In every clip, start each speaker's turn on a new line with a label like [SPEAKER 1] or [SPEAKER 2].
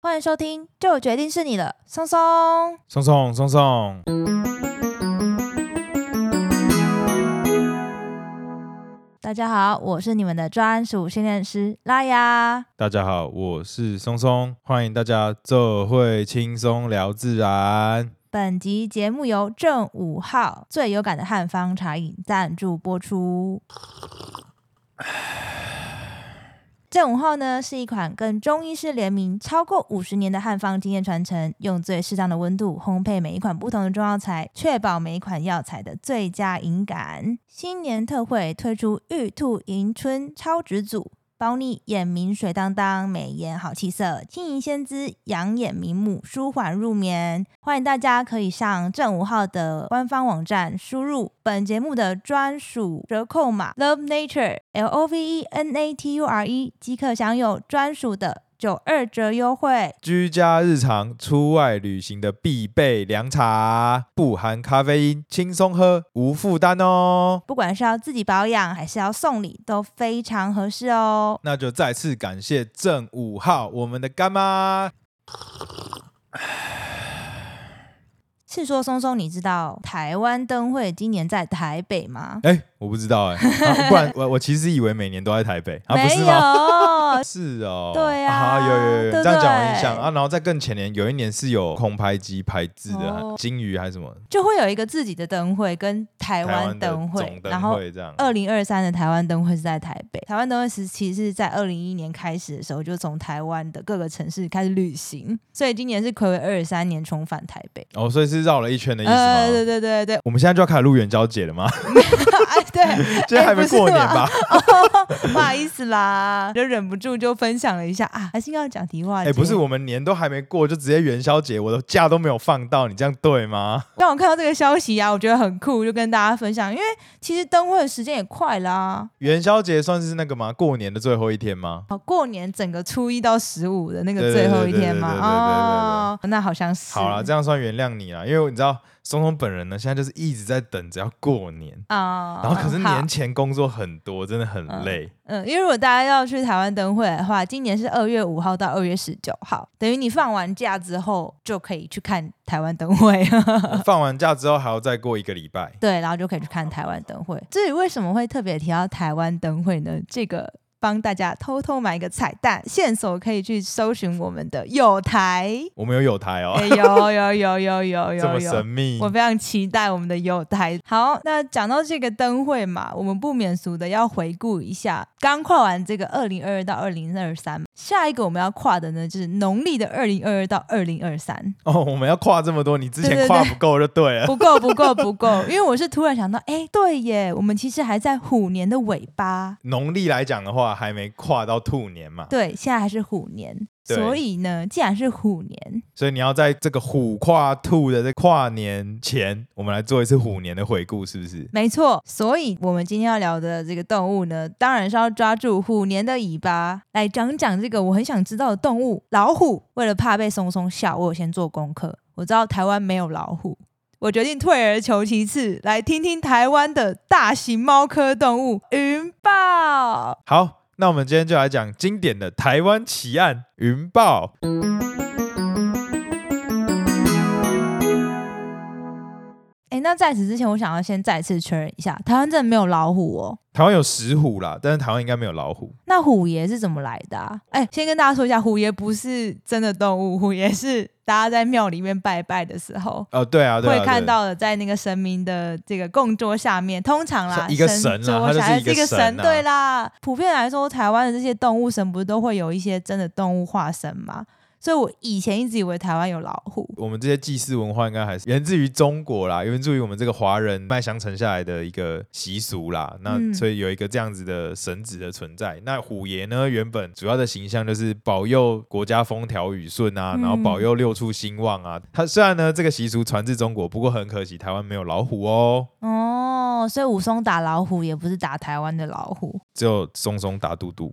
[SPEAKER 1] 欢迎收听《就决定是你了》，松松。
[SPEAKER 2] 松松松松，
[SPEAKER 1] 大家好，我是你们的专属训练师拉雅。
[SPEAKER 2] 大家好，我是松松，欢迎大家这会轻松聊自然。
[SPEAKER 1] 本集节目由正五号最有感的汉方茶饮赞助播出。正五号呢是一款跟中医师联名超过五十年的汉方经验传承，用最适当的温度烘焙每一款不同的中药材，确保每一款药材的最佳饮感。新年特惠推出玉兔迎春超值组，包你眼明水当当，美颜好气色，轻盈仙姿，养眼明目，舒缓入眠。欢迎大家可以上正五号的官方网站，输入本节目的专属折扣码 Love Nature L O V E N A T U R E，即可享有专属的九二折优惠。
[SPEAKER 2] 居家日常、出外旅行的必备凉茶，不含咖啡因，轻松喝，无负担哦。
[SPEAKER 1] 不管是要自己保养，还是要送礼，都非常合适哦。
[SPEAKER 2] 那就再次感谢正五号，我们的干妈。
[SPEAKER 1] 是说松松，你知道台湾灯会今年在台北吗？
[SPEAKER 2] 哎，我不 知道哎、啊不然我我其实以为每年都在台北啊，不是
[SPEAKER 1] 没
[SPEAKER 2] 吗？
[SPEAKER 1] 有，
[SPEAKER 2] 是哦，
[SPEAKER 1] 对啊
[SPEAKER 2] 有有有有，
[SPEAKER 1] 对不
[SPEAKER 2] 这样讲我
[SPEAKER 1] 对
[SPEAKER 2] 印象啊。然后在更前年有一年是有空拍机拍制的、
[SPEAKER 1] 哦
[SPEAKER 2] 金鱼还是什么
[SPEAKER 1] 就会有一个自己的灯会跟台
[SPEAKER 2] 台
[SPEAKER 1] 湾
[SPEAKER 2] 湾的
[SPEAKER 1] 灯会
[SPEAKER 2] 总，
[SPEAKER 1] 然
[SPEAKER 2] 灯
[SPEAKER 1] 后。
[SPEAKER 2] 会这样。
[SPEAKER 1] 二零二三的台湾灯会是在台北，台湾灯会时期是在二零一一年开始的时候，就从台湾的各个城市开始旅行，所以今年是暌违二十三年重返台北。
[SPEAKER 2] 哦，所以是绕了一圈的意思吗？
[SPEAKER 1] 呃，对对对对，
[SPEAKER 2] 我们现在就要开始录元宵节了吗？
[SPEAKER 1] 哎对，哦
[SPEAKER 2] 今天还没过年 吧？
[SPEAKER 1] 不好意思啦，就忍不住就分享了一下啊，还是要讲题话。
[SPEAKER 2] 哎、不是，，我们年都还没过，就直接元宵节，我的假都没有放到，你这样对吗？
[SPEAKER 1] 让我看到这个消息啊，我觉得很酷，就跟大家分享，因为其实灯会的时间也快啦。
[SPEAKER 2] 元宵节算是那个吗？过年的最后一天吗？
[SPEAKER 1] 哦，过年整个初一到十五的那个
[SPEAKER 2] 对
[SPEAKER 1] 最
[SPEAKER 2] 对
[SPEAKER 1] 后一
[SPEAKER 2] 对对
[SPEAKER 1] 天
[SPEAKER 2] 对
[SPEAKER 1] 嘛，
[SPEAKER 2] 对对对
[SPEAKER 1] 哦，那好像是。
[SPEAKER 2] 好啦，这样算原谅你啦，因为你知道松松本人呢，现在就是一直在等着要过年，
[SPEAKER 1] 啊、
[SPEAKER 2] 然后可是
[SPEAKER 1] 好
[SPEAKER 2] 年前工作很多，真的很
[SPEAKER 1] 嗯
[SPEAKER 2] 累。
[SPEAKER 1] 嗯，因为如果大家要去台湾灯会的话，今年是二月五号到二月十九号，等于你放完假之后就可以去看台湾灯会。
[SPEAKER 2] 放完假之后还要再过一个礼拜。
[SPEAKER 1] 对，然后就可以去看台湾灯会。至于为什么会特别提到台湾灯会呢？这个帮大家偷偷买一个彩蛋线索，可以去搜寻我们的有 台。
[SPEAKER 2] 我们有有台哦，
[SPEAKER 1] 哎、有有有有有
[SPEAKER 2] 这
[SPEAKER 1] 有
[SPEAKER 2] 么神
[SPEAKER 1] 有。
[SPEAKER 2] 秘
[SPEAKER 1] 我非常期待我们的有台。好，那讲到这个灯会嘛，我们不免俗的要回顾一下，刚跨完这个二零二二到二零二三，下一个我们要跨的呢，就是农历的二零二二到二零二三。
[SPEAKER 2] 哦！我们要跨这么多，你之
[SPEAKER 1] 对对
[SPEAKER 2] 前
[SPEAKER 1] 对
[SPEAKER 2] 跨不够就对了。
[SPEAKER 1] 不够，不够，不够，因为我是突然想到，哎、对耶，我们其实还在虎年的尾巴，
[SPEAKER 2] 农历来讲的话，还没跨到兔年嘛，
[SPEAKER 1] 对，现在还是虎年，
[SPEAKER 2] 对
[SPEAKER 1] 所以呢，既然是虎年，
[SPEAKER 2] 所以你要在这个虎跨兔的这跨年前，我们来做一次虎年的回顾，是不是？
[SPEAKER 1] 没错，所以我们今天要聊的这个动物呢，当然是要抓住虎年的尾巴来讲讲这个我很想知道的动物——老虎。为了怕被松松笑，我有先做功课，我知道台湾没有老虎。我决定退而求其次，来听听台湾的大型猫科动物云豹。
[SPEAKER 2] 好，那我们今天就来讲经典的台湾奇案——云豹。
[SPEAKER 1] 哎，那在此之前，我想要先再次确认一下，台湾真的没有老虎哦。
[SPEAKER 2] 台湾有石虎啦，但是台湾应该没有老虎。
[SPEAKER 1] 那虎爷是怎么来的、啊？哎，先跟大家说一下，虎爷不是真的动物，虎爷是大家在庙里面拜拜的时候。
[SPEAKER 2] 哦，对啊，对啊，
[SPEAKER 1] 会看
[SPEAKER 2] 对
[SPEAKER 1] 到的，在那个神明的这个供桌下面，通常啦，
[SPEAKER 2] 是一个神啊
[SPEAKER 1] 桌下
[SPEAKER 2] 它就是
[SPEAKER 1] 一
[SPEAKER 2] 一
[SPEAKER 1] 个
[SPEAKER 2] 个
[SPEAKER 1] 神，
[SPEAKER 2] 神啊
[SPEAKER 1] 对啦。普遍来说，台湾的这些动物神不是都会有一些真的动物化身吗？所以我以前一直以为台湾有老虎，
[SPEAKER 2] 我们这些祭祀文化应该还是源自于中国啦，源自于我们这个华人脉相承下来的一个习俗啦。那
[SPEAKER 1] 嗯
[SPEAKER 2] 所以有一个这样子的神职的存在。那虎爷呢，原本主要的形象就是保佑国家风调雨顺啊，
[SPEAKER 1] 嗯
[SPEAKER 2] 然后保佑六畜兴旺啊。他虽然呢这个习俗传至中国，不过很可惜台湾没有老虎哦，
[SPEAKER 1] 哦，所以武松打老虎也不是打台湾的老虎，
[SPEAKER 2] 只有松松打嘟嘟，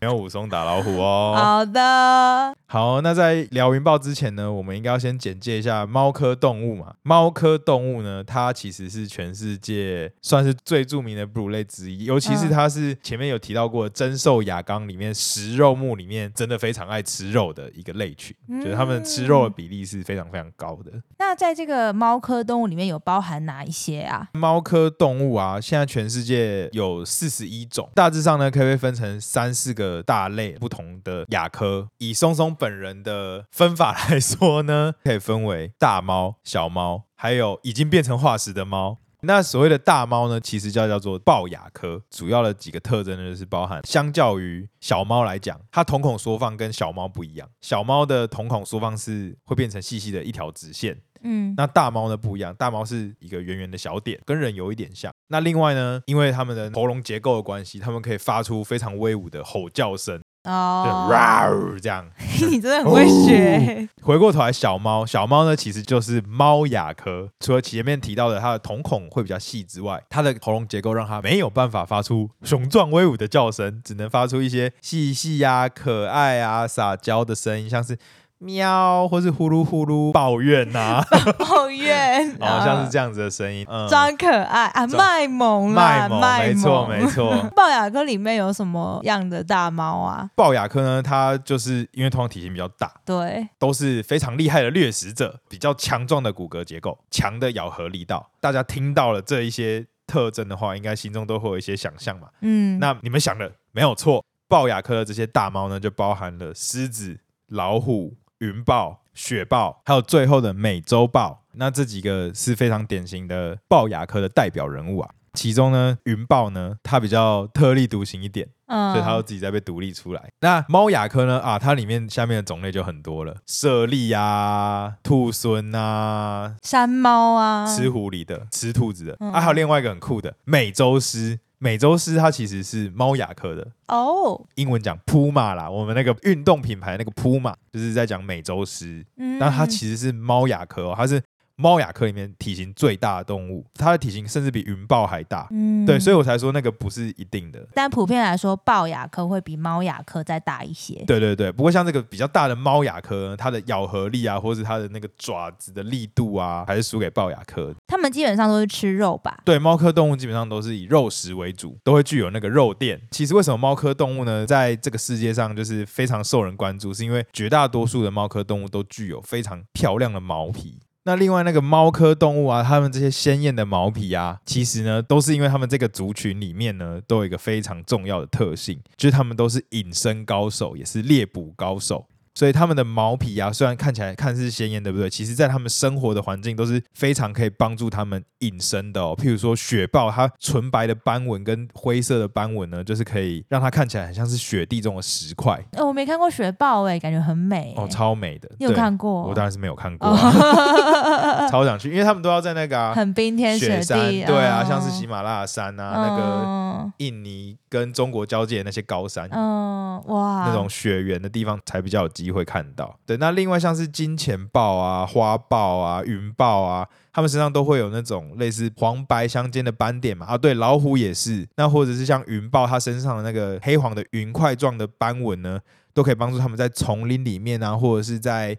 [SPEAKER 2] 没有武松打老虎哦。
[SPEAKER 1] 好的，
[SPEAKER 2] 好，那在聊云豹之前呢，我们应该要先简介一下猫科动物嘛。猫科动物呢，它其实是全世界算是最著名的哺乳类之一，尤其是
[SPEAKER 1] 嗯
[SPEAKER 2] 它是前面有提到过的真兽亚纲里面食肉目里面真的非常爱吃肉的一个类群，就是它们吃肉的比例是非常非常高的。
[SPEAKER 1] 那在这个猫科动物里面有包含哪一些啊？
[SPEAKER 2] 猫科动物啊，现在全世界有四十一种，大致上呢可以被分成三四个大类不同的亚科。以松松本人的分法来说呢， 可以分为大猫、小猫，还有已经变成化石的猫。那所谓的大猫呢，其实叫叫做龅牙科，主要的几个特征呢，就是包含，相较于小猫来讲，它瞳孔缩放跟小猫不一样，小猫的瞳孔缩放是会变成细细的一条直线，
[SPEAKER 1] 嗯，
[SPEAKER 2] 那大猫呢不一样，大猫是一个圆圆的小点，跟人有一点像。那另外呢，因为它们的喉咙结构的关系，它们可以发出非常威武的吼叫声，就
[SPEAKER 1] 哦，
[SPEAKER 2] 哇哦这样。
[SPEAKER 1] 你真的很会学。
[SPEAKER 2] 回过头来，小猫，小猫呢其实就是猫亚科，除了前面提到的它的瞳孔会比较细之外，它的喉咙结构让它没有办法发出雄壮威武的叫声，只能发出一些细细呀、可爱啊、撒娇的声音，像是喵或是呼噜呼噜抱怨呐、
[SPEAKER 1] 抱 怨，
[SPEAKER 2] 然后哦像是这样子的声音，嗯，
[SPEAKER 1] 装可爱啊，
[SPEAKER 2] 装
[SPEAKER 1] 卖萌啦，
[SPEAKER 2] 卖萌，
[SPEAKER 1] 卖。
[SPEAKER 2] 没错没错
[SPEAKER 1] 龅牙哥里面有什么样的大猫啊？
[SPEAKER 2] 龅牙科呢，它就是因为通常体型比较大，
[SPEAKER 1] 对，
[SPEAKER 2] 都是非常厉害的掠食者，比较强壮的骨骼结构，强的咬合力道。大家听到了这一些特征的话，应该心中都会有一些想象嘛。
[SPEAKER 1] 嗯，
[SPEAKER 2] 那你们想的没有错，龅牙科的这些大猫呢，就包含了狮子、老虎、云豹、雪豹，还有最后的美洲豹。那这几个是非常典型的龅牙科的代表人物啊。其中呢，云豹呢，它比较特立独行一点，
[SPEAKER 1] 嗯，
[SPEAKER 2] 所以它又自己再被独立出来。那猫亚科呢？啊，它里面下面的种类就很多了，猞猁啊、兔狲啊、
[SPEAKER 1] 山猫啊，
[SPEAKER 2] 吃狐狸的、吃兔子的，
[SPEAKER 1] 嗯
[SPEAKER 2] 啊，还有另外一个很酷的美洲狮。美洲狮它其实是猫亚科的，
[SPEAKER 1] 哦，
[SPEAKER 2] 英文讲 Puma 啦，我们那个运动品牌那个 Puma 就是在讲美洲狮，
[SPEAKER 1] 嗯，
[SPEAKER 2] 那它其实是猫亚科哦，它是猫亚科里面体型最大的动物，它的体型甚至比云豹还大。
[SPEAKER 1] 嗯，
[SPEAKER 2] 对，所以
[SPEAKER 1] 以
[SPEAKER 2] 我才说那个不是一定的。
[SPEAKER 1] 但普遍来说，龅牙科会比猫牙科再大一些。
[SPEAKER 2] 对对对，不过像这个比较大的猫亚科，它的咬合力啊，或是它的那个爪子的力度啊，还是输给龅亚科。
[SPEAKER 1] 它们基本上都是吃肉吧？
[SPEAKER 2] 对，猫科动物基本上都是以肉食为主，都会具有那个肉垫。其实为什么猫科动物呢，在这个世界上就是非常受人关注，是因为绝大多数的猫科动物都具有非常漂亮的毛皮。那另外那个猫科动物啊，它们这些鲜艳的毛皮啊，其实呢，都是因为它们这个族群里面呢，都有一个非常重要的特性，就是它们都是隐身高手，也是猎捕高手。所以它们的毛皮啊，虽然看起来看似鲜艳，对不对？其实，在它们生活的环境都是非常可以帮助它们隐身的哦。譬如说雪豹，它纯白的斑纹跟灰色的斑纹呢，就是可以让它看起来很像是雪地中的石块
[SPEAKER 1] 哎、我没看过雪豹、哎，感觉很美、
[SPEAKER 2] 哦，
[SPEAKER 1] 哎
[SPEAKER 2] 超美的。
[SPEAKER 1] 你有
[SPEAKER 2] 对
[SPEAKER 1] 看过？
[SPEAKER 2] 我当然是没有看过、啊，
[SPEAKER 1] 哦
[SPEAKER 2] 超想去，因为他们都要在那个、啊、
[SPEAKER 1] 很冰天
[SPEAKER 2] 雪
[SPEAKER 1] 雪
[SPEAKER 2] 山，
[SPEAKER 1] 地，
[SPEAKER 2] 对啊，
[SPEAKER 1] 嗯
[SPEAKER 2] 像是喜马拉雅山啊，那个
[SPEAKER 1] 嗯
[SPEAKER 2] 印尼跟中国交界的那些高山，
[SPEAKER 1] 嗯哇
[SPEAKER 2] 那种雪原的地方才比较有机会看到。对，那另外像是金钱豹啊、花豹啊、云豹啊，它们身上都会有那种类似黄白相间的斑点嘛。啊，对，老虎也是。那或者是像云豹，它身上的那个黑黄的云块状的斑纹呢，都可以帮助它们在丛林里面啊，或者是在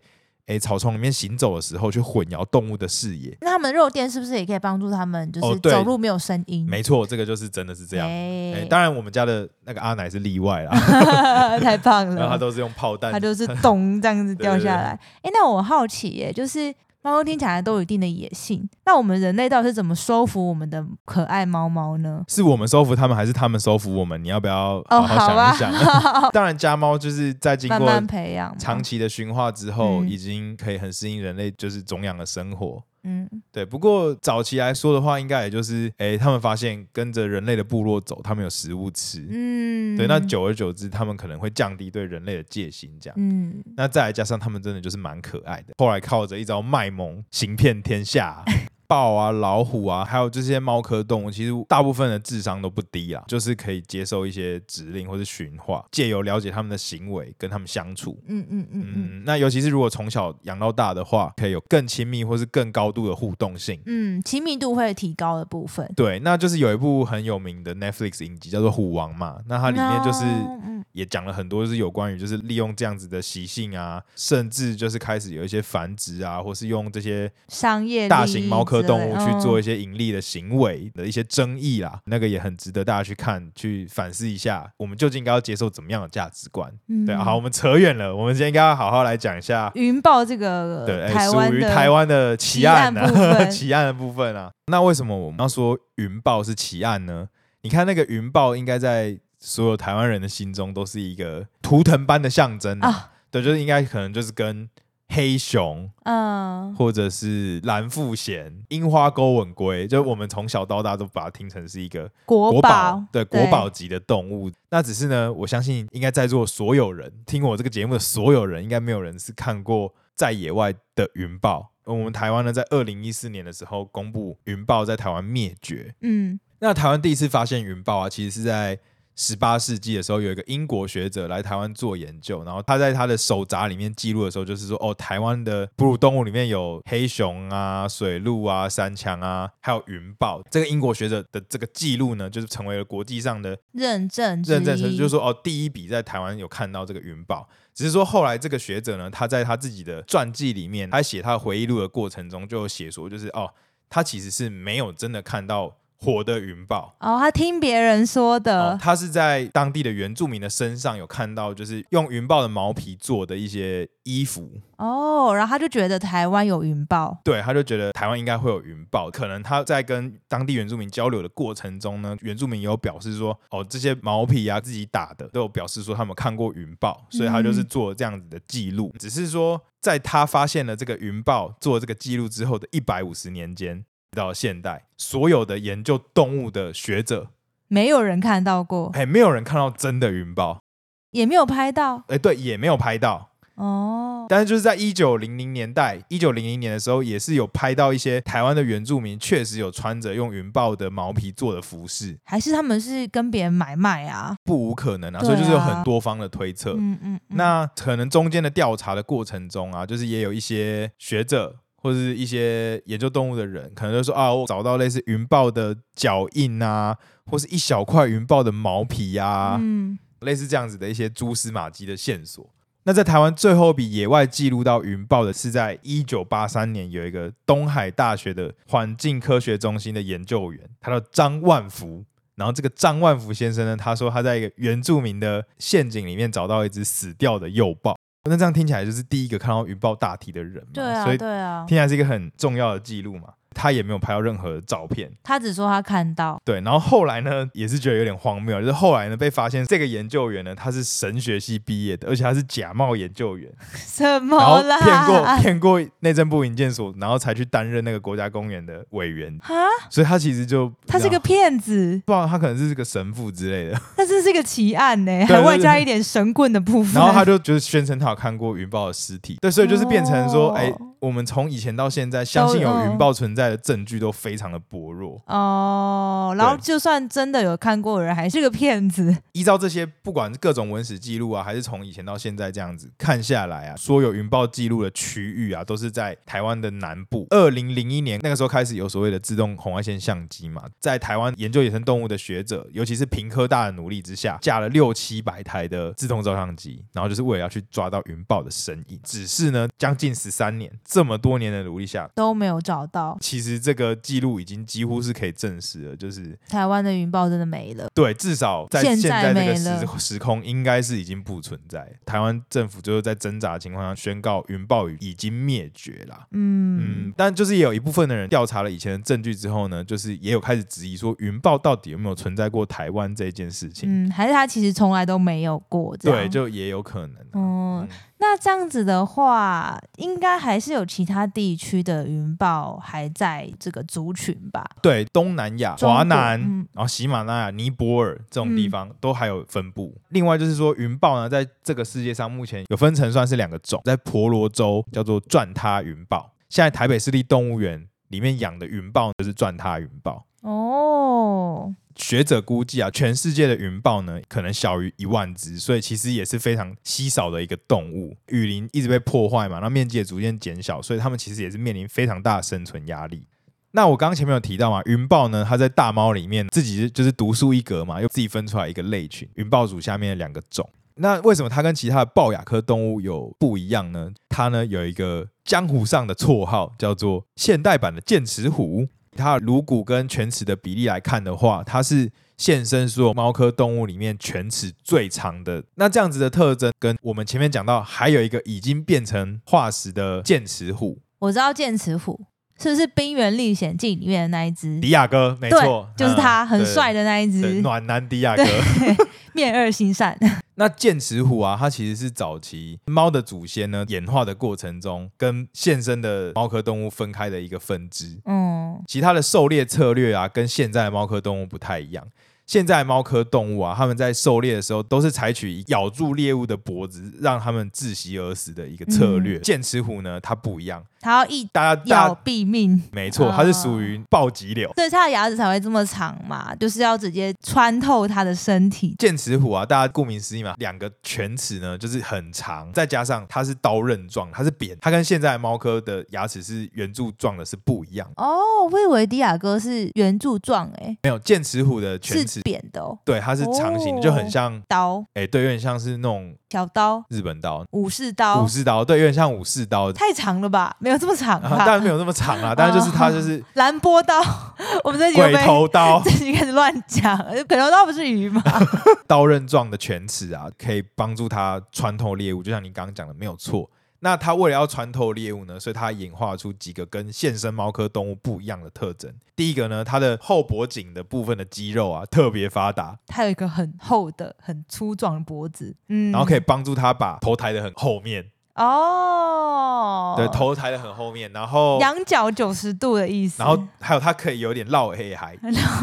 [SPEAKER 2] 诶草丛里面行走的时候去混淆动物的视野。
[SPEAKER 1] 那他们的肉垫是不是也可以帮助他们，就
[SPEAKER 2] 哦
[SPEAKER 1] 是
[SPEAKER 2] 对
[SPEAKER 1] 走路没有声音？
[SPEAKER 2] 没错，这个就是真的是这样。
[SPEAKER 1] 哎
[SPEAKER 2] 诶当然我们家的那个阿奶是例外啦，
[SPEAKER 1] 太棒
[SPEAKER 2] 然后它
[SPEAKER 1] 了，
[SPEAKER 2] 都是用炮弹
[SPEAKER 1] 它 就是咚这样子掉下来。哎、那我好奇耶、就是猫咪听起来都有一定的野性，那我们人类到底是怎么收服我们的可爱猫猫呢？
[SPEAKER 2] 是我们收服他们，还是他们收服我们？你要不要
[SPEAKER 1] 哦
[SPEAKER 2] 好
[SPEAKER 1] 好啊
[SPEAKER 2] 想一想？ 当然，家猫就是在经
[SPEAKER 1] 慢
[SPEAKER 2] 过
[SPEAKER 1] 慢培养嘛，
[SPEAKER 2] 长期的驯化之后，
[SPEAKER 1] 嗯
[SPEAKER 2] 已经可以很适应人类就是种养的生活。
[SPEAKER 1] 嗯，
[SPEAKER 2] 对，不过早期来说的话，应该也就是，诶，他们发现跟着人类的部落走，他们有食物吃。
[SPEAKER 1] 嗯，
[SPEAKER 2] 对，那久而久之，他们可能会降低对人类的戒心，这样。
[SPEAKER 1] 嗯，
[SPEAKER 2] 那再来加上他们真的就是蛮可爱的，后来靠着一招卖萌行遍天下啊、豹啊、老虎啊，还有这些猫科动物，其实大部分的智商都不低啊，就是可以接受一些指令或是驯化，借由了解它们的行为跟它们相处。
[SPEAKER 1] 嗯嗯嗯嗯
[SPEAKER 2] 嗯，那尤其是如果从小养到大的话，可以有更亲密或是更高度的互动性。
[SPEAKER 1] 嗯，亲密度会提高的部分。
[SPEAKER 2] 对，那就是有一部很有名的 Netflix 影集叫做《虎王》嘛，那它里面就是
[SPEAKER 1] 嗯嗯
[SPEAKER 2] 也讲了很多，就是有关于就是利用这样子的习性啊，甚至就是开始有一些繁殖啊，或是用这些
[SPEAKER 1] 商业
[SPEAKER 2] 大
[SPEAKER 1] 利
[SPEAKER 2] 型
[SPEAKER 1] 益
[SPEAKER 2] 猫科
[SPEAKER 1] 之
[SPEAKER 2] 动
[SPEAKER 1] 类
[SPEAKER 2] 物去做一
[SPEAKER 1] 嗯
[SPEAKER 2] 些盈利的行为的一些争议啦，那个也很值得大家去看，去反思一下，我们究竟应该要接受怎么样的价值观？
[SPEAKER 1] 嗯
[SPEAKER 2] 对、啊，好，我们扯远了，我们今天应该要好好来讲一下。
[SPEAKER 1] 云豹这个
[SPEAKER 2] 对，哎
[SPEAKER 1] 呃台
[SPEAKER 2] 属
[SPEAKER 1] 湾
[SPEAKER 2] 于
[SPEAKER 1] 的
[SPEAKER 2] 台湾的奇
[SPEAKER 1] 奇
[SPEAKER 2] 案
[SPEAKER 1] 案部
[SPEAKER 2] 啊，
[SPEAKER 1] 分
[SPEAKER 2] 奇案的部分啊。那为什么我们要说云豹是奇案呢？你看那个云豹，应该在所有台湾人的心中都是一个图腾般的象征啊。
[SPEAKER 1] 啊，
[SPEAKER 2] 对，就是应该可能就是跟黑熊
[SPEAKER 1] 嗯，
[SPEAKER 2] 或者是蓝腹鹇、樱花钩吻龟，就我们从小到大都把它听成是一个
[SPEAKER 1] 国
[SPEAKER 2] 国
[SPEAKER 1] 宝
[SPEAKER 2] 宝，对国宝级的动物。那只是呢，我相信应该在座所有人听我这个节目的所有人，应该没有人是看过在野外的云豹。我们台湾呢，在二零一四年的时候公布云豹在台湾灭绝。
[SPEAKER 1] 嗯
[SPEAKER 2] 那台湾第一次发现云豹啊，其实是在十八世纪的时候，有一个英国学者来台湾做研究，然后他在他的手札里面记录的时候，就是说哦，台湾的哺乳动物里面有黑熊啊、水鹿啊、山羌啊，还有云豹。这个英国学者的这个记录呢，就是成为了国际上的
[SPEAKER 1] 认证之
[SPEAKER 2] 认证成，
[SPEAKER 1] 一
[SPEAKER 2] 就是说哦，第一笔在台湾有看到这个云豹，只是说后来这个学者呢，他在他自己的传记里面，他写他的回忆录的过程中，就有写说，就是哦，他其实是没有真的看到活的云豹。
[SPEAKER 1] 哦，他听别人说
[SPEAKER 2] 哦
[SPEAKER 1] 的，
[SPEAKER 2] 他是在当地的原住民的身上有看到，就是用云豹的毛皮做的一些衣服，
[SPEAKER 1] 哦，然后他就觉得台湾有云豹，
[SPEAKER 2] 对，他就觉得台湾应该会有云豹。可能他在跟当地原住民交流的过程中呢，原住民有表示说，哦，这些毛皮啊自己打的，都有表示说他们看过云豹，所以他就是
[SPEAKER 1] 嗯
[SPEAKER 2] 做这样子的记录。只是说，在他发现了这个云豹做这个记录之后的一百五十年间。到现代，所有的研究动物的学者，
[SPEAKER 1] 没有人看到过，
[SPEAKER 2] 哎，没有人看到真的云豹，
[SPEAKER 1] 也没有拍到，
[SPEAKER 2] 哎，对，也没有拍到，
[SPEAKER 1] 哦，
[SPEAKER 2] 但是就是在一九零零年代，一九零零年的时候，也是有拍到一些台湾的原住民确实有穿着用云豹的毛皮做的服饰，
[SPEAKER 1] 还是他们是跟别人买卖啊？
[SPEAKER 2] 不无可能啊，
[SPEAKER 1] 对啊
[SPEAKER 2] 所以就是有很多方的推测。
[SPEAKER 1] 嗯嗯，嗯
[SPEAKER 2] 那可能中间的调查的过程中啊，就是也有一些学者或者是一些研究动物的人，可能就说啊，我找到类似云豹的脚印啊，或是一小块云豹的毛皮呀、啊，
[SPEAKER 1] 嗯，
[SPEAKER 2] 类似这样子的一些蛛丝马迹的线索。那在台湾最后一笔野外记录到云豹的是在一九八三年，有一个东海大学的环境科学中心的研究员，他叫张万福。然后这个张万福先生呢，他说他在一个原住民的陷阱里面找到一只死掉的幼豹。那这样听起来就是第一个看到云豹大体的人嘛，
[SPEAKER 1] 对啊
[SPEAKER 2] 所以听
[SPEAKER 1] 对啊，
[SPEAKER 2] 起来是一个很重要的记录嘛。他也没有拍到任何照片，
[SPEAKER 1] 他只说他看到，
[SPEAKER 2] 对，然后后来呢，也是觉得有点荒谬，就是后来呢被发现这个研究员呢，他是神学系毕业的，而且他是假冒研究员，
[SPEAKER 1] 什
[SPEAKER 2] 然后
[SPEAKER 1] 么啦？啊
[SPEAKER 2] 骗过骗过内政部营建署，然后才去担任那个国家公园的委员，
[SPEAKER 1] 啊，
[SPEAKER 2] 所以他其实就
[SPEAKER 1] 他是个
[SPEAKER 2] 不
[SPEAKER 1] 骗子，
[SPEAKER 2] 知道他可能是个神父之类的，
[SPEAKER 1] 他这是个奇案呢、
[SPEAKER 2] 对
[SPEAKER 1] 还外
[SPEAKER 2] 对
[SPEAKER 1] 加
[SPEAKER 2] 对
[SPEAKER 1] 一点神棍的部分。
[SPEAKER 2] 然后他就就是宣称他有看过云豹的尸体，对，所以就是变成说，
[SPEAKER 1] 哦
[SPEAKER 2] 哎、我们从以前到现在相信有云豹存在的证据都非常的薄弱，
[SPEAKER 1] 哦，然后
[SPEAKER 2] 对
[SPEAKER 1] 就算真的有看过的人，还是个骗子。
[SPEAKER 2] 依照这些，不管各种文史记录啊，还是从以前到现在这样子看下来啊，说有云豹记录的区域啊，都是在台湾的南部。二零零一年那个时候开始有所谓的自动红外线相机嘛，在台湾研究野生动物的学者，尤其是平科大的努力之下，架了六七百台的自动照相机，然后就是为了要去抓到云豹的身影。只是呢，将近十三年这么多年的努力下。
[SPEAKER 1] 都没有找到
[SPEAKER 2] 其实这个记录已经几乎是可以证实了，就是
[SPEAKER 1] 台湾的云豹，真的没了。
[SPEAKER 2] 对，至少在
[SPEAKER 1] 现
[SPEAKER 2] 现
[SPEAKER 1] 在
[SPEAKER 2] 在这
[SPEAKER 1] 没
[SPEAKER 2] 个
[SPEAKER 1] 了
[SPEAKER 2] 时时空，应该是已经不存在。台湾政府最后在挣扎的情况下宣告云豹屿已经灭绝啦。
[SPEAKER 1] 嗯
[SPEAKER 2] 嗯，但就是也有一部分的人调查了以前的证据之后呢，就是也有开始质疑说云豹到底有没有存在过台湾这件事情。
[SPEAKER 1] 嗯，还是他其实从来都没有过。这样
[SPEAKER 2] 对，就也有可能。
[SPEAKER 1] 嗯
[SPEAKER 2] 嗯，
[SPEAKER 1] 那这样子的话，应该还是有其他地区的云豹还在这个族群吧？
[SPEAKER 2] 对，东南亚、
[SPEAKER 1] 中
[SPEAKER 2] 华
[SPEAKER 1] 国
[SPEAKER 2] 南，
[SPEAKER 1] 嗯
[SPEAKER 2] 然后喜马拉雅、尼泊尔这种地
[SPEAKER 1] 嗯
[SPEAKER 2] 方、都还有分布。另外就是说，云豹呢，在这个世界上目前有分成算是两个种，在婆罗洲叫做转他云豹，现在台北市立动物园里面养的云豹就是钻踏云豹。
[SPEAKER 1] 哦，
[SPEAKER 2] 学者估计啊，全世界的云豹呢，可能小于一万只，所以其实也是非常稀少的一个动物。雨林一直被破坏嘛，那面积也逐渐减小，所以它们其实也是面临非常大的生存压力。那我刚刚前面有提到嘛，云豹呢，它在大猫里面自己就是独树一格嘛，又自己分出来一个类群，云豹属下面的两个种。那为什么它跟其他的豹亚科动物有不一样呢？它呢有一个江湖上的绰号，叫做现代版的剑齿虎。它的颅骨跟犬齿的比例来看的话，它是现身所有猫科动物里面犬齿最长的。那这样子的特征，跟我们前面讲到，还有一个已经变成化石的剑齿虎
[SPEAKER 1] 我知道剑齿虎是不是《冰原历险记》里面的那一只？
[SPEAKER 2] 迪亚哥，没
[SPEAKER 1] 对
[SPEAKER 2] 错，，
[SPEAKER 1] 就是它，
[SPEAKER 2] 嗯
[SPEAKER 1] 很帅。的那一
[SPEAKER 2] 对对
[SPEAKER 1] 只
[SPEAKER 2] 对，暖男迪 亚哥
[SPEAKER 1] 对，面恶心善。
[SPEAKER 2] 那剑齿虎啊，它其实是早期猫的祖先呢演化的过程中，跟现生的猫科动物分开的一个分支。
[SPEAKER 1] 嗯，
[SPEAKER 2] 其他的狩猎策略啊，跟现在的猫科动物不太一样。现在的猫科动物啊，它们在狩猎的时候都是采取咬住猎物的脖子，让它们窒息而死的一个策略。剑齿虎呢，它不一样，
[SPEAKER 1] 它要一
[SPEAKER 2] 大家大
[SPEAKER 1] 咬
[SPEAKER 2] 家
[SPEAKER 1] 毙命。
[SPEAKER 2] 没错，它是属于暴击流。
[SPEAKER 1] 所以它的牙齿才会这么长嘛，就是要直接穿透它的身体。
[SPEAKER 2] 剑齿虎啊，大家顾名思义嘛，两个犬齿啊呢就是很长，再加上它是刀刃状，它是扁，它跟现在的猫科的牙齿是圆柱状的，是不一样。
[SPEAKER 1] 哦，我以为迪亚哥是圆柱状，哎，
[SPEAKER 2] 没有剑齿虎的犬
[SPEAKER 1] 是
[SPEAKER 2] 齿，
[SPEAKER 1] 扁的哦，
[SPEAKER 2] 对，它是长形的，就很像，
[SPEAKER 1] 刀，
[SPEAKER 2] 哎、对，有点像是那种
[SPEAKER 1] 小刀，
[SPEAKER 2] 日本刀，
[SPEAKER 1] 武士刀
[SPEAKER 2] 武，士刀，对，有点像武士刀，
[SPEAKER 1] 太长了吧？没有这么长
[SPEAKER 2] 啊当然
[SPEAKER 1] 吧？
[SPEAKER 2] 没有那么 长啊，但是就是它就是
[SPEAKER 1] 蓝波刀， 我们这哦集又
[SPEAKER 2] 鬼
[SPEAKER 1] 被
[SPEAKER 2] 头刀
[SPEAKER 1] 这集开始乱讲，鬼头刀不是鱼吗？
[SPEAKER 2] 刀刃状的犬齿啊，可以帮助它穿透猎物，就像你刚刚讲的没有错。那它为了要穿透猎物呢，所以它演化出几个跟现生猫科动物不一样的特征。第一个呢，它的后脖颈的部分的肌肉啊特别发达，
[SPEAKER 1] 它有一个很厚的、很粗壮的脖子，嗯，
[SPEAKER 2] 然后可以帮助它把头抬得很后面，
[SPEAKER 1] 哦，
[SPEAKER 2] 对，头抬得很后面，然后
[SPEAKER 1] 仰角九十度的意思，
[SPEAKER 2] 然后还有它可以有点绕黑
[SPEAKER 1] 哎
[SPEAKER 2] 海，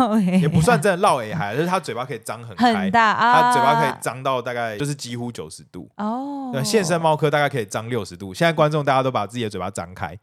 [SPEAKER 1] OK，
[SPEAKER 2] 也不算真的绕黑海，就是它嘴巴可以张很开
[SPEAKER 1] 很，大啊，
[SPEAKER 2] 它嘴巴可以张到大概就是几乎九十度。
[SPEAKER 1] 哦，
[SPEAKER 2] 对，现身猫科大概可以张六十度。现在观众大家都把自己的嘴巴张 开，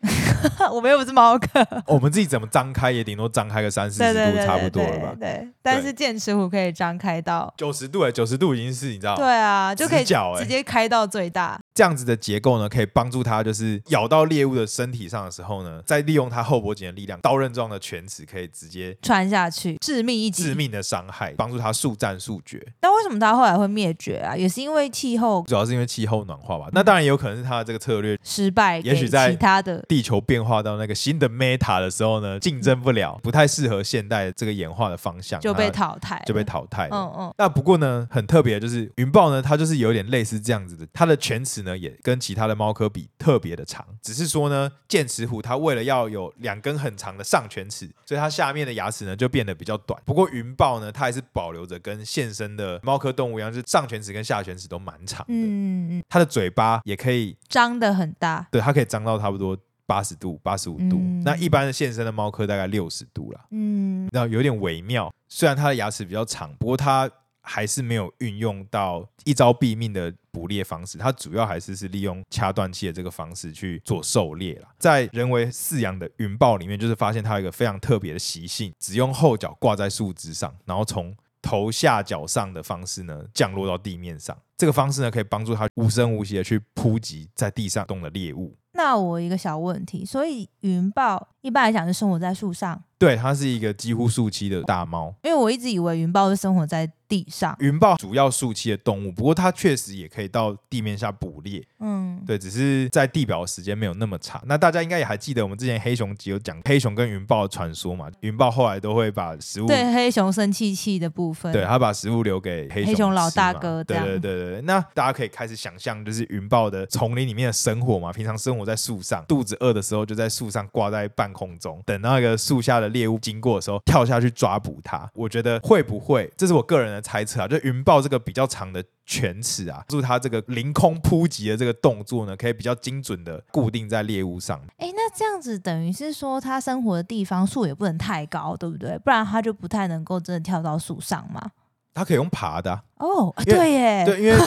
[SPEAKER 1] 我们又不是猫科，
[SPEAKER 2] 我们自己怎么张开也顶多张开个三四十度，差不多了吧
[SPEAKER 1] 对？对，但是剑齿虎可以张开到，
[SPEAKER 2] 九十度哎、九十度已经是你知道，
[SPEAKER 1] 对啊，就可以
[SPEAKER 2] 直角欸
[SPEAKER 1] 直接开到最大。
[SPEAKER 2] 这样子的结构呢，可以帮助它就是咬到猎物的身体上的时候呢，再利用它后脖颈的力量，刀刃状的犬齿可以直接
[SPEAKER 1] 穿下去，致命一击。
[SPEAKER 2] 致命的伤害，帮助它速战速决。
[SPEAKER 1] 但为什么它后来会灭绝啊？也是因为气候
[SPEAKER 2] 主要是因为气候暖化吧，那当然也有可能是它的这个策略。
[SPEAKER 1] 失败，
[SPEAKER 2] 也许在
[SPEAKER 1] 其他的
[SPEAKER 2] 地球变化到那个新的 Meta 的时候呢，竞争不了，不太适合现代这个演化的方向，
[SPEAKER 1] 嗯就被
[SPEAKER 2] 它
[SPEAKER 1] 淘汰了，
[SPEAKER 2] 就被淘汰了。
[SPEAKER 1] 嗯嗯，
[SPEAKER 2] 那不过呢，很特别的就是云豹呢，它就是有点类似这样子的，它的犬齿呢也跟其他的猫科比特别的长，只是说呢，剑齿虎它为了要有两根很长的上犬齿，所以它下面的牙齿呢就变得比较短。不过云豹呢，它还是保留着跟现生的猫科动物一样，就是上犬齿跟下犬齿都蛮长的，
[SPEAKER 1] 嗯嗯嗯，
[SPEAKER 2] 它的嘴巴也可以，
[SPEAKER 1] 张的很大，
[SPEAKER 2] 对，它可以张到差不多。八十度、八十五度，
[SPEAKER 1] 嗯
[SPEAKER 2] 那一般的现生的猫科大概六十度啦。
[SPEAKER 1] 嗯，
[SPEAKER 2] 那有点微妙。虽然它的牙齿比较长，不过它还是没有运用到一招毙命的捕猎方式，它主要还是是利用掐断器的这个方式去做狩猎啦。在人为饲养的云豹里面，就是发现它有一个非常特别的习性，只用后脚挂在树枝上，然后从头下脚上的方式呢，降落到地面上。这个方式呢，可以帮助它无声无息的去扑击在地上动的猎物。
[SPEAKER 1] 那我一个小问题，所以云豹一般来讲是生活在树上，
[SPEAKER 2] 对，它是一个几乎树栖的大猫。
[SPEAKER 1] 因为我一直以为云豹是生活在地上，
[SPEAKER 2] 云豹主要树栖的动物，不过它确实也可以到地面下捕猎，
[SPEAKER 1] 嗯，
[SPEAKER 2] 对，只是在地表的时间没有那么长。那大家应该也还记得我们之前黑熊集有讲黑熊跟云豹的传说嘛？云豹后来都会把食物，
[SPEAKER 1] 对，黑熊生气气的部分，
[SPEAKER 2] 对，它把食物留给黑
[SPEAKER 1] 黑熊老
[SPEAKER 2] 吃嘛
[SPEAKER 1] 大哥这
[SPEAKER 2] 对
[SPEAKER 1] 样
[SPEAKER 2] 对对对对。那大家可以开始想象，就是云豹的丛林里面的生活嘛，平常生活在树上，肚子饿的时候就在树上挂在半空中，等那个树下的猎物经过的时候跳下去抓捕它。我觉得会不会，这是我个人的猜测啊，就云豹这个比较长的。犬齿啊，助它这个凌空扑击的这个动作呢，可以比较精准的固定在猎物上。
[SPEAKER 1] 哎，那这样子等于是说，它生活的地方树也不能太高，对不对？不然它就不太能够真的跳到树上嘛。
[SPEAKER 2] 它可以用爬的啊、
[SPEAKER 1] 哦，啊
[SPEAKER 2] 因为
[SPEAKER 1] 对耶，
[SPEAKER 2] 对，因为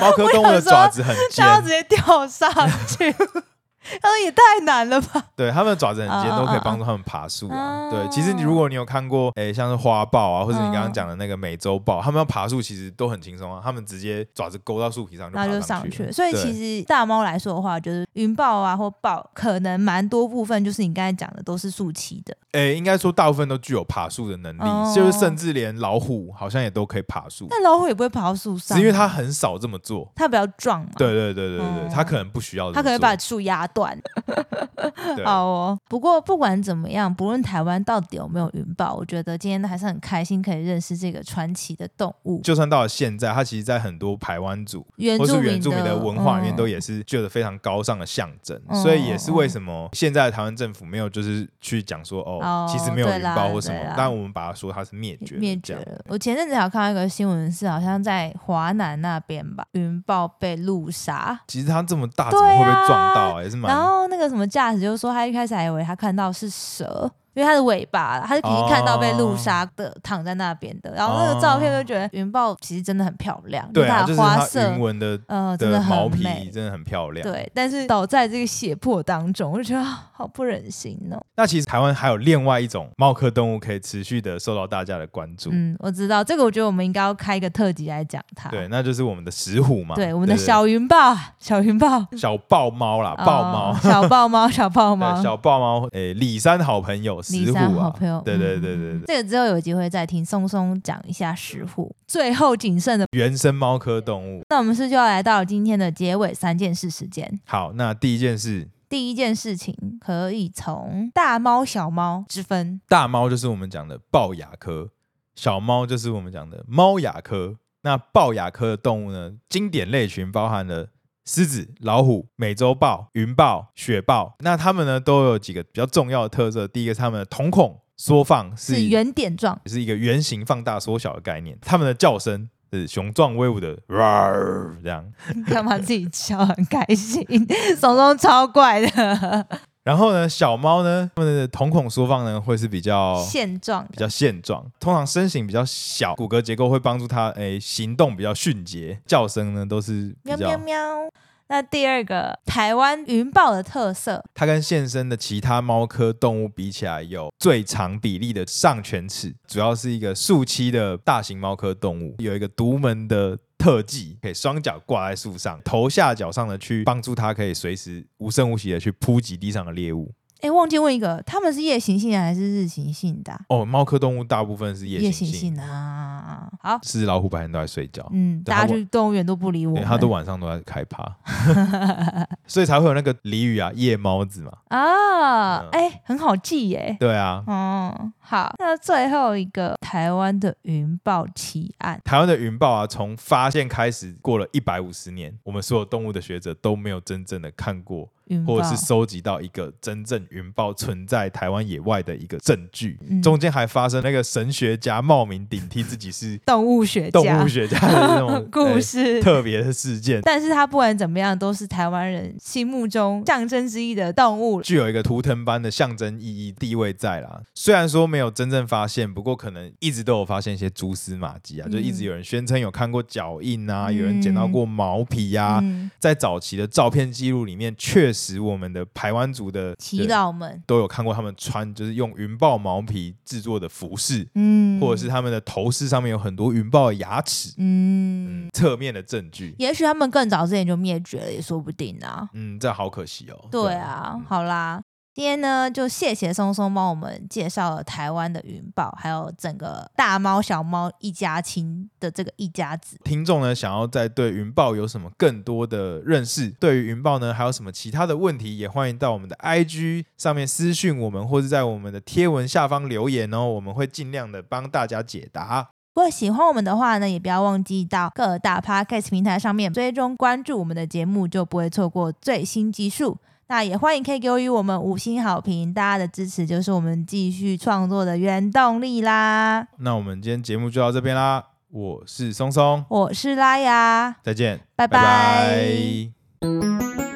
[SPEAKER 2] 猫科动物的爪子很
[SPEAKER 1] 它要
[SPEAKER 2] 尖
[SPEAKER 1] 直，接跳上去， 那也太难了吧？
[SPEAKER 2] 对，它们的爪子很尖，
[SPEAKER 1] 哦哦
[SPEAKER 2] 都可以
[SPEAKER 1] 哦
[SPEAKER 2] 帮助它们爬树啊。
[SPEAKER 1] 哦
[SPEAKER 2] 对，其实你如果你有看过，诶，像是花豹啊，或者你刚
[SPEAKER 1] 嗯
[SPEAKER 2] 刚讲的那个美洲豹，它们要爬树其实都很轻松啊，它们直接爪子勾到树皮上就
[SPEAKER 1] 然后
[SPEAKER 2] 爬
[SPEAKER 1] 就上
[SPEAKER 2] 去
[SPEAKER 1] 去
[SPEAKER 2] 了。
[SPEAKER 1] 了，所以
[SPEAKER 2] 对
[SPEAKER 1] 其实大猫来说的话，就是云豹啊或豹，可能蛮多部分就是你刚才讲的都是树栖的。
[SPEAKER 2] 诶，应该说大部分都具有爬树的能力，
[SPEAKER 1] 哦
[SPEAKER 2] 就是甚至连老虎好像也都可以爬树，
[SPEAKER 1] 但老虎也不会爬到树
[SPEAKER 2] 只
[SPEAKER 1] 上，啊
[SPEAKER 2] 是因为它很少这么做。
[SPEAKER 1] 它比较壮嘛，
[SPEAKER 2] 对对对对对对，
[SPEAKER 1] 啊哦
[SPEAKER 2] 它可能不需要这么
[SPEAKER 1] 它
[SPEAKER 2] 做，
[SPEAKER 1] 可能把树压断。
[SPEAKER 2] 对
[SPEAKER 1] 好哦，不过不管怎么样，不论台湾到底有没有云豹，我觉得今天还是很开心可以认识这个传奇的动物。
[SPEAKER 2] 就算到了现在，它其实，在很多排湾族
[SPEAKER 1] 原
[SPEAKER 2] 或
[SPEAKER 1] 住
[SPEAKER 2] 是
[SPEAKER 1] 民
[SPEAKER 2] 原住民的文化里面，
[SPEAKER 1] 嗯
[SPEAKER 2] 都也是觉得非常高尚的象征，
[SPEAKER 1] 嗯
[SPEAKER 2] 所以也是为什么现在的台湾政府没有就是去讲说哦
[SPEAKER 1] 哦，
[SPEAKER 2] 其实没有
[SPEAKER 1] 对
[SPEAKER 2] 云
[SPEAKER 1] 啦
[SPEAKER 2] 豹或什么
[SPEAKER 1] 对啦，
[SPEAKER 2] 但我们把它说它是灭绝的，
[SPEAKER 1] 灭
[SPEAKER 2] 这
[SPEAKER 1] 绝
[SPEAKER 2] 样
[SPEAKER 1] 了。我前阵子还有看到一个新闻，是好像在华南那边吧，云豹被路杀，
[SPEAKER 2] 其实它这么大，怎
[SPEAKER 1] 对啊
[SPEAKER 2] 么会被撞到、啊？也是蛮
[SPEAKER 1] 然后那个什么驾驶就说，他一开始还以为他看到是蛇。因为它的尾巴，他就已经看到被路杀
[SPEAKER 2] 哦
[SPEAKER 1] 的、躺在那边的，然后那个照片就觉得云豹其实真的很漂亮，
[SPEAKER 2] 对啊，
[SPEAKER 1] 就
[SPEAKER 2] 就是
[SPEAKER 1] 它的
[SPEAKER 2] 它
[SPEAKER 1] 花色
[SPEAKER 2] 云，纹的
[SPEAKER 1] 呃，真
[SPEAKER 2] 的
[SPEAKER 1] 的
[SPEAKER 2] 毛
[SPEAKER 1] 很
[SPEAKER 2] 皮
[SPEAKER 1] 美，
[SPEAKER 2] 真的很漂亮。
[SPEAKER 1] 对，但是倒在这个胁迫当中，我就觉得啊好不忍心哦。
[SPEAKER 2] 那其实台湾还有另外一种猫科动物可以持续的受到大家的关注，
[SPEAKER 1] 嗯，我知道这个，我觉得我们应该要开一个特辑来讲它。
[SPEAKER 2] 对，那就是我们的石虎嘛，
[SPEAKER 1] 对，我们的小云豹，小云豹，
[SPEAKER 2] 小豹猫啦，豹猫。
[SPEAKER 1] 哦，小豹 猫，小豹
[SPEAKER 2] 对
[SPEAKER 1] 猫，
[SPEAKER 2] 小豹猫，诶、李三好朋友
[SPEAKER 1] 李
[SPEAKER 2] 石
[SPEAKER 1] 三
[SPEAKER 2] 虎
[SPEAKER 1] 好
[SPEAKER 2] 啊，
[SPEAKER 1] 朋友
[SPEAKER 2] 对对
[SPEAKER 1] 嗯
[SPEAKER 2] 对对对，
[SPEAKER 1] 这个之后有机会再听松松讲一下石虎。最后谨慎的，
[SPEAKER 2] 原生猫科动物。
[SPEAKER 1] 那我们是就要来到今天的结尾三件事时间。
[SPEAKER 2] 好，那第一件事，
[SPEAKER 1] 第一件事情可以从大猫小猫之分，
[SPEAKER 2] 大猫就是我们讲的龅牙科，小猫就是我们讲的猫牙科。那龅牙科的动物呢，经典类群包含了。狮子、老虎、美洲豹、云豹、雪豹，那它们呢都有几个比较重要的特色。第一个是它们的瞳孔缩放是
[SPEAKER 1] 是
[SPEAKER 2] 以
[SPEAKER 1] 圆点状，
[SPEAKER 2] 是一个圆形放大缩小的概念，它们的叫声是雄壮威武的 roar 这样。
[SPEAKER 1] 干嘛自己笑很开心？ 松松超怪的，
[SPEAKER 2] 然后呢，小猫呢，它们的瞳孔缩放呢会是比较
[SPEAKER 1] 现状
[SPEAKER 2] 比较线状，通常身形比较小，骨骼结构会帮助它诶行动比较迅捷，叫声呢都是比
[SPEAKER 1] 喵喵
[SPEAKER 2] 较。
[SPEAKER 1] 喵。那第二个台湾云豹的特色，
[SPEAKER 2] 它跟现生的其他猫科动物比起来，有最长比例的上犬齿，主要是一个树栖的大型猫科动物，有一个独门的。特技可以双脚挂在树上，头下脚上的去帮助它可以随时无声无息的去扑击地上的猎物。
[SPEAKER 1] 哎，忘记问一个，他们是夜行性的还是日行性的啊、
[SPEAKER 2] 哦，猫科动物大部分是夜
[SPEAKER 1] 夜
[SPEAKER 2] 行
[SPEAKER 1] 行
[SPEAKER 2] 性，
[SPEAKER 1] 性的啊，好，
[SPEAKER 2] 狮子、老虎白天都在睡觉，
[SPEAKER 1] 嗯，
[SPEAKER 2] 对
[SPEAKER 1] 大
[SPEAKER 2] 它
[SPEAKER 1] 家去动物园都不理我
[SPEAKER 2] 对，
[SPEAKER 1] 们，
[SPEAKER 2] 他都晚上都在开趴， 所以才会有那个俚语啊，夜猫子嘛。
[SPEAKER 1] 啊
[SPEAKER 2] 嗯，
[SPEAKER 1] 哎、很好记耶。
[SPEAKER 2] 对啊，
[SPEAKER 1] 哦，好，那最后一个台湾的云豹奇案，
[SPEAKER 2] 台湾的云豹啊，从发现开始过了一百五十年，我们所有动物的学者都没有真正的看过，
[SPEAKER 1] 云豹
[SPEAKER 2] 或者是收集到一个真正云豹存在台湾野外的一个证据。
[SPEAKER 1] 嗯
[SPEAKER 2] 中间还发生那个神学家冒名顶替自 己是
[SPEAKER 1] 动物学
[SPEAKER 2] 动
[SPEAKER 1] 家
[SPEAKER 2] 物学家的 那种
[SPEAKER 1] 故、
[SPEAKER 2] 呃
[SPEAKER 1] 事。
[SPEAKER 2] 特别的事件。
[SPEAKER 1] 但是它不管怎么样，都是台湾人心目中象征之一的动物。
[SPEAKER 2] 具有一个图腾般的象征意义地位在啦。虽然说没有真正发现，不过可能一直都有发现一些蛛丝马迹啊，
[SPEAKER 1] 嗯
[SPEAKER 2] 就一直有人宣称有看过脚印啊，
[SPEAKER 1] 嗯
[SPEAKER 2] 有人捡到过毛皮啊。
[SPEAKER 1] 嗯，
[SPEAKER 2] 在早期的照片记录里面，确实我们的排湾族的
[SPEAKER 1] 祈
[SPEAKER 2] 人
[SPEAKER 1] 祷们，
[SPEAKER 2] 都有看过他们穿就是用云豹毛皮制作的服饰，
[SPEAKER 1] 嗯，
[SPEAKER 2] 或者是他们的头饰上面有很多云豹的牙齿，
[SPEAKER 1] 嗯，
[SPEAKER 2] 嗯，侧面的证据。
[SPEAKER 1] 也许他们更早之前就灭绝了，也说不定啊。
[SPEAKER 2] 嗯，这好可惜哦。
[SPEAKER 1] 对啊
[SPEAKER 2] 嗯，
[SPEAKER 1] 好啦，今天呢就谢谢松松帮我们介绍了台湾的云豹，还有整个大猫小猫一家亲的这个一家子。
[SPEAKER 2] 听众呢，想要在对云豹有什么更多的认识，对于云豹呢，还有什么其他的问题，也欢迎到我们的 IG 上面私讯我们，或是在我们的贴文下方留言哦，我们会尽量的帮大家解答。
[SPEAKER 1] 如果喜欢我们的话呢，也不要忘记到各大 podcast 平台上面追踪关注我们的节目，就不会错过最新集数。那也欢迎可以给予我们五星好评，大家的支持就是我们继续创作的原动力啦。
[SPEAKER 2] 那我们今天节目就到这边啦，我是松松，
[SPEAKER 1] 我是拉雅，
[SPEAKER 2] 再见，
[SPEAKER 1] 拜拜
[SPEAKER 2] 拜拜